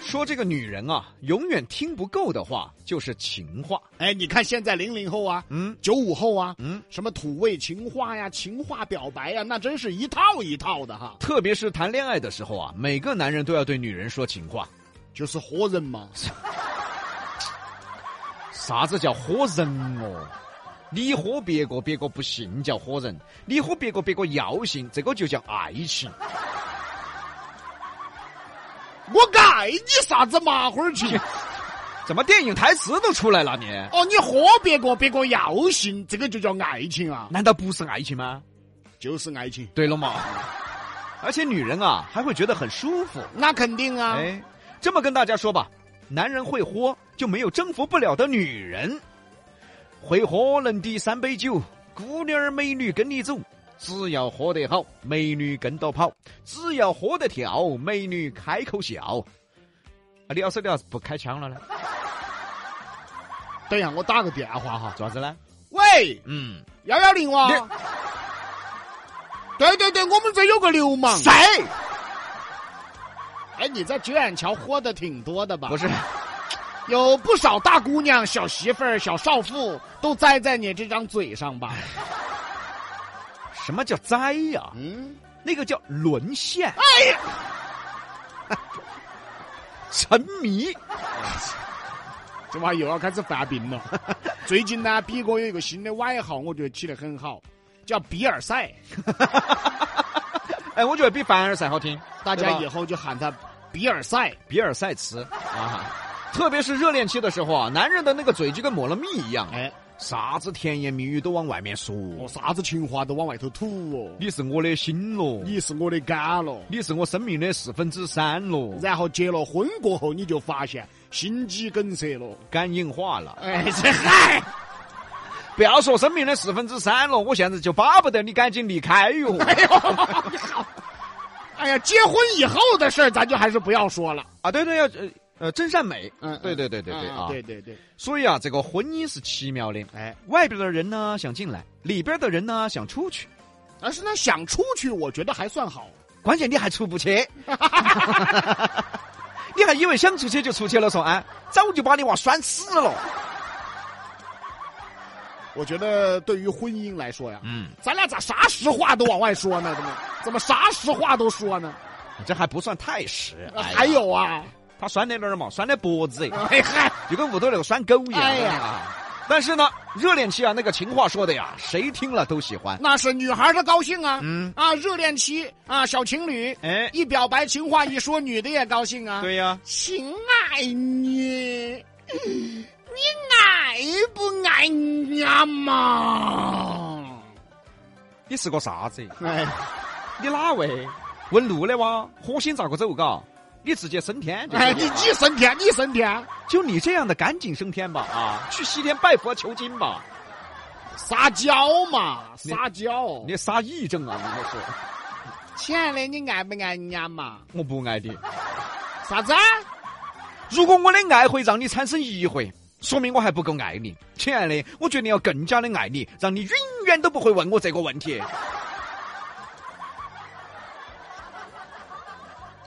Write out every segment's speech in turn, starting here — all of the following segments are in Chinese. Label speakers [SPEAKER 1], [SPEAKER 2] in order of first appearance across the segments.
[SPEAKER 1] 说这个女人啊，永远听不够的话就是情话。
[SPEAKER 2] 哎，你看现在零零后啊，
[SPEAKER 1] 嗯
[SPEAKER 2] 九五后啊，
[SPEAKER 1] 嗯，
[SPEAKER 2] 什么土味情话呀、情话表白呀，那真是一套一套的哈，
[SPEAKER 1] 特别是谈恋爱的时候啊，每个男人都要对女人说情话。
[SPEAKER 2] 就是活人嘛。
[SPEAKER 1] 啥子叫喝人哦？你喝别个，别个不信叫喝人；你喝别个，别个要信，这个就叫爱情。
[SPEAKER 2] 我爱你啥子麻花儿情？
[SPEAKER 1] 怎么电影台词都出来了你？
[SPEAKER 2] 哦，你喝别个，别个要信，这个就叫爱情啊，
[SPEAKER 1] 难道不是爱情吗？
[SPEAKER 2] 就是爱情，
[SPEAKER 1] 对了嘛， 而且女人啊还会觉得很舒服。
[SPEAKER 2] 那肯定啊。
[SPEAKER 1] 哎，这么跟大家说吧，男人会喝就没有征服不了的女人，会喝能抵三杯酒，姑娘儿美女跟你走。只要喝得好，美女跟到跑；只要喝得跳，美女开口笑。啊，你要是你要是不开腔了呢？
[SPEAKER 2] 等一下，我打个电话哈。
[SPEAKER 1] 咋子呢？
[SPEAKER 2] 喂，
[SPEAKER 1] 嗯，
[SPEAKER 2] 幺幺零哇
[SPEAKER 1] 你？
[SPEAKER 2] 对对对，我们这有个流氓。
[SPEAKER 1] 谁？
[SPEAKER 2] 哎，你在九眼桥喝的挺多的吧？
[SPEAKER 1] 不是，
[SPEAKER 2] 有不少大姑娘、小媳妇儿、小少妇都栽在你这张嘴上吧？
[SPEAKER 1] 什么叫栽呀、
[SPEAKER 2] 嗯，
[SPEAKER 1] 那个叫沦陷，
[SPEAKER 2] 哎呀，
[SPEAKER 1] 沉迷。
[SPEAKER 2] 这娃又要开始犯病了。 最近呢，比哥有一个新的外号，我觉得起得很好，叫比尔赛，
[SPEAKER 1] 哎，我觉得比凡尔赛好听，
[SPEAKER 2] 大
[SPEAKER 1] 对
[SPEAKER 2] 家
[SPEAKER 1] 吧
[SPEAKER 2] 以后就喊他比尔赛。
[SPEAKER 1] 比尔赛词啊，特别是热恋期的时候啊，男人的那个嘴就跟抹了蜜一样，啊
[SPEAKER 2] 哎，
[SPEAKER 1] 啥子甜言蜜语都往外面说。
[SPEAKER 2] 我啥子情话都往外头吐哦，
[SPEAKER 1] 你是我的心咯，
[SPEAKER 2] 你是我的肝了。
[SPEAKER 1] 你是我生命的四分之三咯，
[SPEAKER 2] 然后结了婚过后，你就发现心肌梗塞了。
[SPEAKER 1] 肝硬化了。
[SPEAKER 2] 哎，这嗨，
[SPEAKER 1] 不要说生命的四分之三了，我现在就巴不得你赶紧离开哟。
[SPEAKER 2] 哎呀，结婚以后的事儿，咱就还是不要说了。
[SPEAKER 1] 啊，对对，要呃呃真善美，
[SPEAKER 2] 嗯，
[SPEAKER 1] 对对对对对
[SPEAKER 2] 嗯
[SPEAKER 1] 啊。
[SPEAKER 2] 对对对，
[SPEAKER 1] 所以啊，这个婚姻是奇妙的，
[SPEAKER 2] 哎，
[SPEAKER 1] 外边的人呢想进来，里边的人呢想出去，
[SPEAKER 2] 但是呢，想出去，我觉得还算好。
[SPEAKER 1] 关键你还出不去， 你还以为想出去就出去了嗦？啊，早就把你娃拴死了。
[SPEAKER 2] 我觉得对于婚姻来说呀，
[SPEAKER 1] 嗯，
[SPEAKER 2] 咱俩咋啥实话都往外说呢？怎么怎么啥实话都说呢？
[SPEAKER 1] 这还不算太实。哎呀
[SPEAKER 2] 还有啊，
[SPEAKER 1] 他拴在哪儿嘛？拴在脖子，
[SPEAKER 2] 哎嗨，
[SPEAKER 1] 就跟屋头那个拴狗一样。
[SPEAKER 2] 哎
[SPEAKER 1] 呀，但是呢，热恋期啊，那个情话说的呀，谁听了都喜欢。
[SPEAKER 2] 那是女孩儿她高兴啊，
[SPEAKER 1] 嗯，
[SPEAKER 2] 啊，热恋期啊，小情侣
[SPEAKER 1] 哎，
[SPEAKER 2] 一表白情话一说，女的也高兴啊。
[SPEAKER 1] 对呀，
[SPEAKER 2] 亲爱你，你爱不爱俺嘛？
[SPEAKER 1] 你是个啥子？
[SPEAKER 2] 哎，
[SPEAKER 1] 你哪位？问路的哇？火星咋个走？嘎，你直接升天就可以了
[SPEAKER 2] 哎，你你升天，你升天，
[SPEAKER 1] 就你这样的，赶紧升天吧！啊，去西天拜佛求经吧！
[SPEAKER 2] 撒娇嘛，撒娇。
[SPEAKER 1] 你啥癔症啊？你这是。
[SPEAKER 2] 亲爱的，你爱不爱俺嘛？
[SPEAKER 1] 我不爱你。
[SPEAKER 2] 啥子？
[SPEAKER 1] 如果我的爱会让你产生疑惑，说明我还不够爱你，亲爱的，我决定要更加的爱你，让你永远都不会问我这个问题。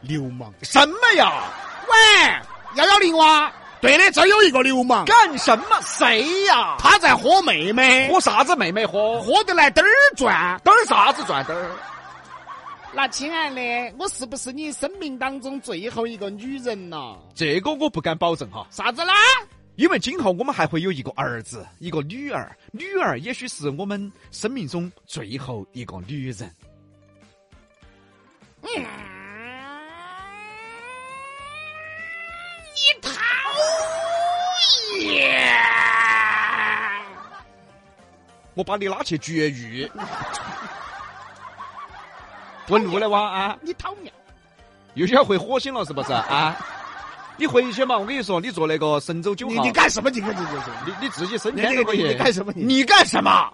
[SPEAKER 2] 流氓！
[SPEAKER 1] 什么呀？
[SPEAKER 2] 喂，幺幺零哇！对的，这儿有一个流氓，
[SPEAKER 1] 干什么？谁呀？
[SPEAKER 2] 他在喝妹妹，
[SPEAKER 1] 喝啥子妹妹喝？
[SPEAKER 2] 喝得来嘚儿转。
[SPEAKER 1] 嘚儿啥子转嘚儿？
[SPEAKER 2] 那亲爱的，我是不是你生命当中最后一个女人了？
[SPEAKER 1] 这个我不敢保证哈，
[SPEAKER 2] 啥子啦？
[SPEAKER 1] 因为今后我们还会有一个儿子，一个女儿，女儿也许是我们生命中最后一个女人。
[SPEAKER 2] 嗯你讨厌！
[SPEAKER 1] 我把你拉去绝育。问路的娃啊！
[SPEAKER 2] 你讨厌！
[SPEAKER 1] 又想回火星了是不是啊？你回去嘛，我跟你说，你坐那个神舟九
[SPEAKER 2] 你
[SPEAKER 1] 号，
[SPEAKER 2] 你干什么？你看你你
[SPEAKER 1] 你你自己升
[SPEAKER 2] 你
[SPEAKER 1] 天都可以。
[SPEAKER 2] 你干什么你
[SPEAKER 1] 你干什么？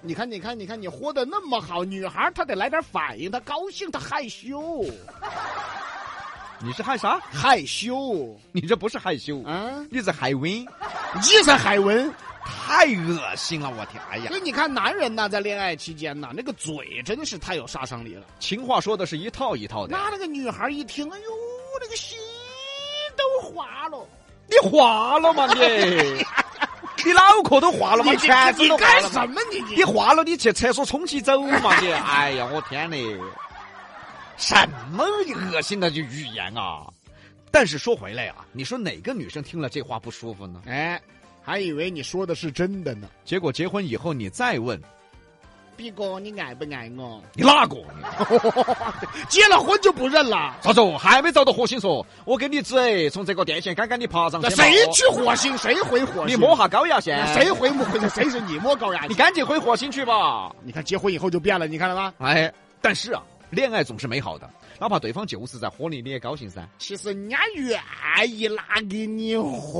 [SPEAKER 2] 你看你看你看你活得那么好，女孩儿她得来点反应，她高兴，她害羞，
[SPEAKER 1] 你是害啥？
[SPEAKER 2] 害羞
[SPEAKER 1] 你这不是害羞，
[SPEAKER 2] 啊！
[SPEAKER 1] 你是害温，
[SPEAKER 2] 你才海文，
[SPEAKER 1] 太恶心了！我天，哎呀
[SPEAKER 2] 所，以你看男人呐，在恋爱期间呐，那个嘴真是太有杀伤力了。
[SPEAKER 1] 情话说的是一套一套的。
[SPEAKER 2] 那那个女孩一听，哎呦，那个心化了，
[SPEAKER 1] 你化了嘛你？ 你脑壳都化了嘛？
[SPEAKER 2] 你
[SPEAKER 1] 全
[SPEAKER 2] 你
[SPEAKER 1] 身
[SPEAKER 2] 你
[SPEAKER 1] 都化
[SPEAKER 2] 干
[SPEAKER 1] 了嘛
[SPEAKER 2] 什？么你你
[SPEAKER 1] 你？化了，你去厕所冲洗走嘛你？哎呀，我天嘞！什么恶心的就语言啊！但是说回来啊，你说哪个女生听了这话不舒服呢？
[SPEAKER 2] 哎，还以为你说的是真的呢。
[SPEAKER 1] 结果结婚以后你再问
[SPEAKER 2] 毕哥，你爱不爱我？
[SPEAKER 1] 你哪个？
[SPEAKER 2] 结了婚就不认了？
[SPEAKER 1] 咋子？还没找到火星说？我给你指哎，从这个电线杆杆你爬上去
[SPEAKER 2] 那
[SPEAKER 1] 嘛。
[SPEAKER 2] 谁
[SPEAKER 1] 哦
[SPEAKER 2] 去火星？谁回火星？
[SPEAKER 1] 你摸下高压线
[SPEAKER 2] 那。谁回不回？谁是你摸高压
[SPEAKER 1] 你
[SPEAKER 2] 线？
[SPEAKER 1] 赶紧回火星去吧。
[SPEAKER 2] 你看结婚以后就变了，你看了吗？
[SPEAKER 1] 哎，但是啊，恋爱总是美好的，哪怕对方就是在喝你，你也高兴噻。
[SPEAKER 2] 其实人家愿意拿给你喝。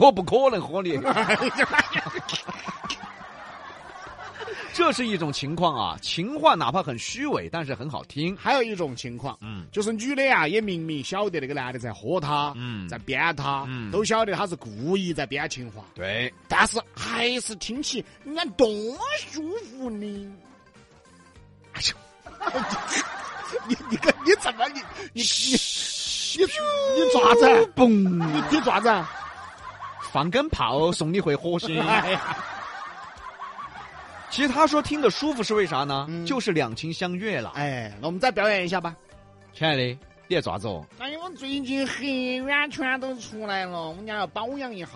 [SPEAKER 1] 我不可能喝你，
[SPEAKER 2] 哎呀
[SPEAKER 1] 这是一种情况啊。情话哪怕很虚伪，但是很好听。
[SPEAKER 2] 还有一种情况，
[SPEAKER 1] 嗯
[SPEAKER 2] 就是女的啊呀，也明明晓得那个男的在喝她，
[SPEAKER 1] 嗯
[SPEAKER 2] 在编她，
[SPEAKER 1] 嗯
[SPEAKER 2] 都晓得他是故意在编情话，
[SPEAKER 1] 对，
[SPEAKER 2] 但是还是听起人家多舒服呢。哎呦， 你你跟你怎么你你你你你爪子？
[SPEAKER 1] 嘣，
[SPEAKER 2] 你你爪子？啊
[SPEAKER 1] 放根炮送你回火 星。
[SPEAKER 2] 哎呀，
[SPEAKER 1] 其实他说听得舒服是为啥呢？
[SPEAKER 2] 嗯
[SPEAKER 1] 就是两情相悦了。
[SPEAKER 2] 哎，那我们再表演一下吧。
[SPEAKER 1] 亲爱的，你在爪子哦？
[SPEAKER 2] 哎呀，我最近黑眼圈都出来了，我们家要保养一下。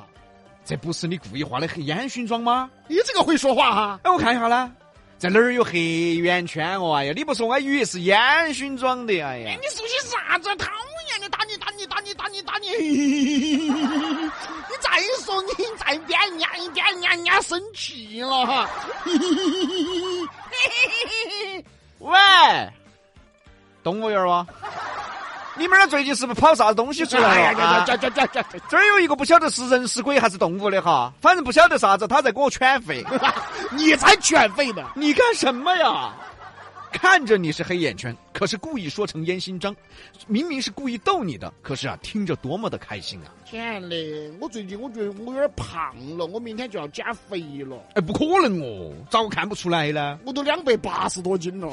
[SPEAKER 1] 这不是你故意画的黑烟熏妆吗？
[SPEAKER 2] 你这个会说话哈？
[SPEAKER 1] 哎，我看一下啦，在哪儿有黑圆圈哦？哎呀，你不说，我还以为是烟熏妆的。哎呀
[SPEAKER 2] 哎，，你说些啥子？讨厌的，打你，打你，打你，打你，打你！ 你再说，你再编，人家一编，人家人家生气了哈！
[SPEAKER 1] 喂，动物园哇， 你们那儿最近是不是跑啥子东西出来了？啊
[SPEAKER 2] 哎这这这这这，
[SPEAKER 1] 这儿有一个不晓得是人是鬼还是动物的哈，反正不晓得啥子，他在给我犬吠。
[SPEAKER 2] 你才犬吠呢！
[SPEAKER 1] 你干什么呀？看着你是黑眼圈，可是故意说成烟熏章，明明是故意逗你的，可是啊，听着多么的开心啊！
[SPEAKER 2] 亲爱的，我最近我觉得我有点胖了，我明天就要减肥了，
[SPEAKER 1] 哎，不可能哦，咋我看不出来呢？
[SPEAKER 2] 我都两百八十多斤了。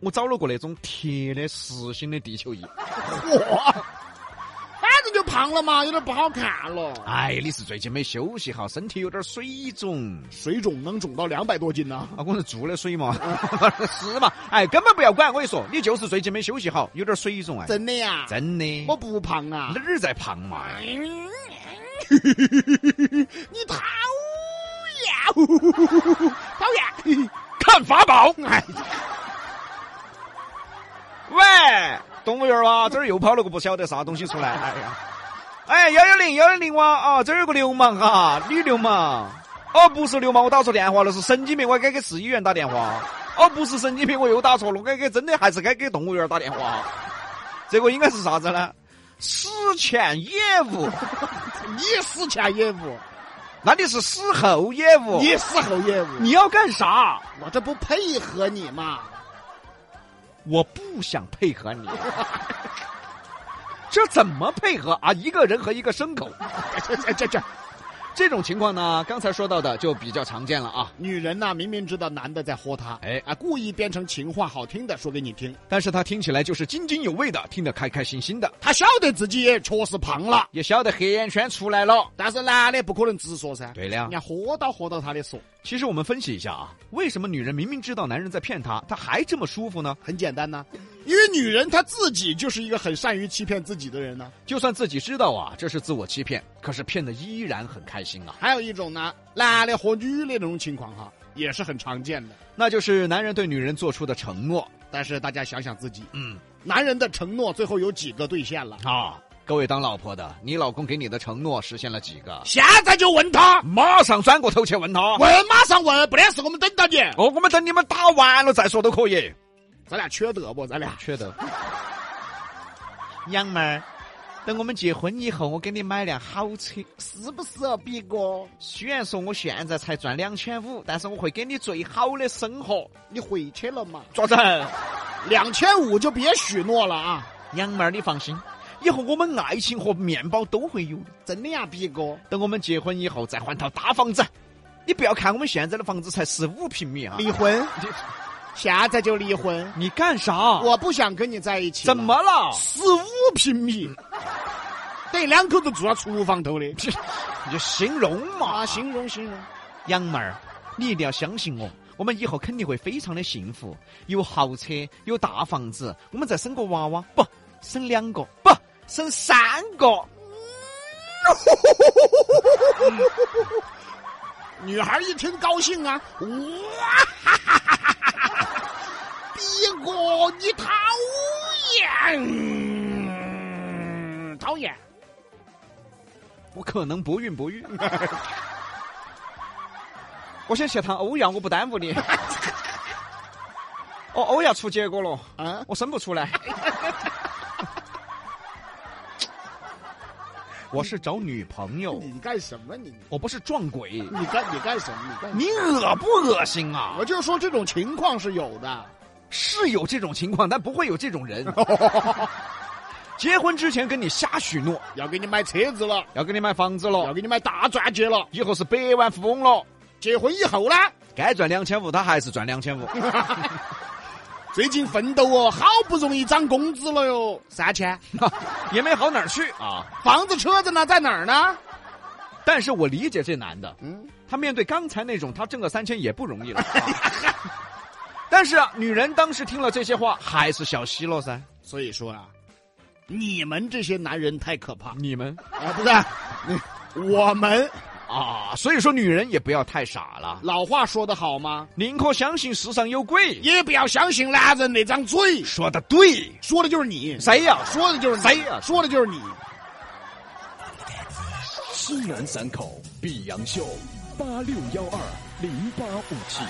[SPEAKER 1] 我找了个那种铁的实心的地球仪。
[SPEAKER 2] 嚯！反正就胖了嘛，有点不好看了。
[SPEAKER 1] 哎，你是最近没休息好，身体有点水肿
[SPEAKER 2] 水肿能肿到两百多斤呢、
[SPEAKER 1] 啊？我是注的水嘛， 是嘛？哎，根本不要管，我跟你说，你就是最近没休息好，有点水肿哎，
[SPEAKER 2] 真的呀、
[SPEAKER 1] 真的。
[SPEAKER 2] 我不胖 啊
[SPEAKER 1] 哪。儿在胖嘛？
[SPEAKER 2] 你讨厌， 讨厌！
[SPEAKER 1] 看法宝！
[SPEAKER 2] 哎，
[SPEAKER 1] 喂，动物园哇，这儿又跑了个不晓得啥东西出来。哎呀，哎，幺幺零幺幺零哇啊，这儿有个流氓啊，女流氓。哦，不是流氓，我打错电话了，是神经病，我该给市医院打电话。哦，不是神经病，我又打错了，我该给真的还是该给动物园打电话。这个应该是啥子呢？史前野物，
[SPEAKER 2] 你死前业务，
[SPEAKER 1] 那你是死后野物？
[SPEAKER 2] 你死后业务，
[SPEAKER 1] 哦你要干啥？
[SPEAKER 2] 我这不配合你嘛？
[SPEAKER 1] 我不想配合你， 这怎么配合啊？一个人和一个牲口，
[SPEAKER 2] 这这这这，
[SPEAKER 1] 这种情况呢，刚才说到的就比较常见了啊。
[SPEAKER 2] 女人呐、明明知道男的在豁她，
[SPEAKER 1] 哎，
[SPEAKER 2] 啊，故意编成情话好听的说给你听，
[SPEAKER 1] 但是他听起来就是津津有味的，听得开开心心的，
[SPEAKER 2] 她晓得自己也确实胖了，
[SPEAKER 1] 也晓得黑眼圈出来了。
[SPEAKER 2] 但是男的不可能直说噻，
[SPEAKER 1] 对了
[SPEAKER 2] 人，家豁到豁到她的说，
[SPEAKER 1] 其实我们分析一下啊，为什么女人明明知道男人在骗她，她还这么舒服呢？
[SPEAKER 2] 很简单呐、因为女人她自己就是一个很善于欺骗自己的人呢、
[SPEAKER 1] 就算自己知道啊，这是自我欺骗，可是骗的依然很开心啊。
[SPEAKER 2] 还有一种呢，男的和女的那种情况哈，也是很常见的。
[SPEAKER 1] 那就是男人对女人做出的承诺，
[SPEAKER 2] 但是大家想想自己，
[SPEAKER 1] 嗯
[SPEAKER 2] 男人的承诺最后有几个兑现了？
[SPEAKER 1] 啊，各位当老婆的，你老公给你的承诺实现了几个？
[SPEAKER 2] 现在就问他，
[SPEAKER 1] 马上转过头去问他。
[SPEAKER 2] 问马上问，不然是我们等到你。
[SPEAKER 1] 哦，我们等你们打完了再说都可以。
[SPEAKER 2] 咱俩缺德不？咱俩
[SPEAKER 1] 缺德。娘们儿，等我们结婚以后，我给你买辆好车。
[SPEAKER 2] 是不是啊，毕哥？
[SPEAKER 1] 虽然说我现在才赚两千五，但是我会给你最好的生活。
[SPEAKER 2] 你回去了嘛？
[SPEAKER 1] 咋子？
[SPEAKER 2] 两千五就别许诺了啊！
[SPEAKER 1] 娘们儿，你放心，以后我们爱情和面包都会有的。
[SPEAKER 2] 真的呀，毕哥，
[SPEAKER 1] 等我们结婚以后再
[SPEAKER 2] 哎
[SPEAKER 1] 换套大房子。你不要看我们现在的房子才十五平米啊！
[SPEAKER 2] 离婚
[SPEAKER 1] 你
[SPEAKER 2] 现在就离婚，
[SPEAKER 1] 你干啥？
[SPEAKER 2] 我不想跟你在一起。
[SPEAKER 1] 怎么？了？
[SPEAKER 2] 十五平米， 等于两口子住到厨房头的。
[SPEAKER 1] 你就形容嘛
[SPEAKER 2] 啊，，形容形容。
[SPEAKER 1] 杨妹儿，你一定要相信我，我们以后肯定会非常的幸福，有豪车，有大房子，我们再生个娃娃，不，生两个，不，生三个。
[SPEAKER 2] 女孩一听高兴啊，哇哈哈哈哈哈哈！逼哥，你讨厌，讨厌。
[SPEAKER 1] 我可能不孕不育。 我先去趟欧亚，我不耽误你。 哦，欧亚出结果了，
[SPEAKER 2] 啊，
[SPEAKER 1] 我生不出来。 我是找女朋友，
[SPEAKER 2] 你干什么你？
[SPEAKER 1] 我不是撞鬼。
[SPEAKER 2] 你干你干什么？你干什么？
[SPEAKER 1] 你恶不恶心啊？
[SPEAKER 2] 我就说这种情况是有的。
[SPEAKER 1] 是有这种情况，但不会有这种人。
[SPEAKER 2] 哦
[SPEAKER 1] 结婚之前跟你瞎许诺，
[SPEAKER 2] 要给你买车子了，
[SPEAKER 1] 要给你买房子了
[SPEAKER 2] 要，给你买大钻戒了，
[SPEAKER 1] 以后是百万富翁了，
[SPEAKER 2] 结婚以后呢，
[SPEAKER 1] 该赚两千五他还是赚两千五。
[SPEAKER 2] 最近奋斗哦，好不容易涨工资了哟，三千。
[SPEAKER 1] 也没好哪儿去啊。
[SPEAKER 2] 房子车子呢，在哪儿呢？
[SPEAKER 1] 但是我理解这男的，
[SPEAKER 2] 嗯，
[SPEAKER 1] 他面对刚才那种，他挣个三千也不容易了。 啊但是啊，女人当时听了这些话，还是小息了噻。
[SPEAKER 2] 所以说啊，你们这些男人太可怕
[SPEAKER 1] 你们
[SPEAKER 2] 啊！不是，你我们
[SPEAKER 1] 啊，所以说女人也不要太傻了，
[SPEAKER 2] 老话说得好吗？
[SPEAKER 1] 宁可相信世上有鬼。
[SPEAKER 2] 也不要相信男人那张嘴，
[SPEAKER 1] 说的对，
[SPEAKER 2] 说的就是你，
[SPEAKER 1] 谁呀、
[SPEAKER 2] 说的就是你
[SPEAKER 1] 谁呀
[SPEAKER 2] 说的就是你。
[SPEAKER 3] 西南三口碧阳秀，八六幺二零八五七。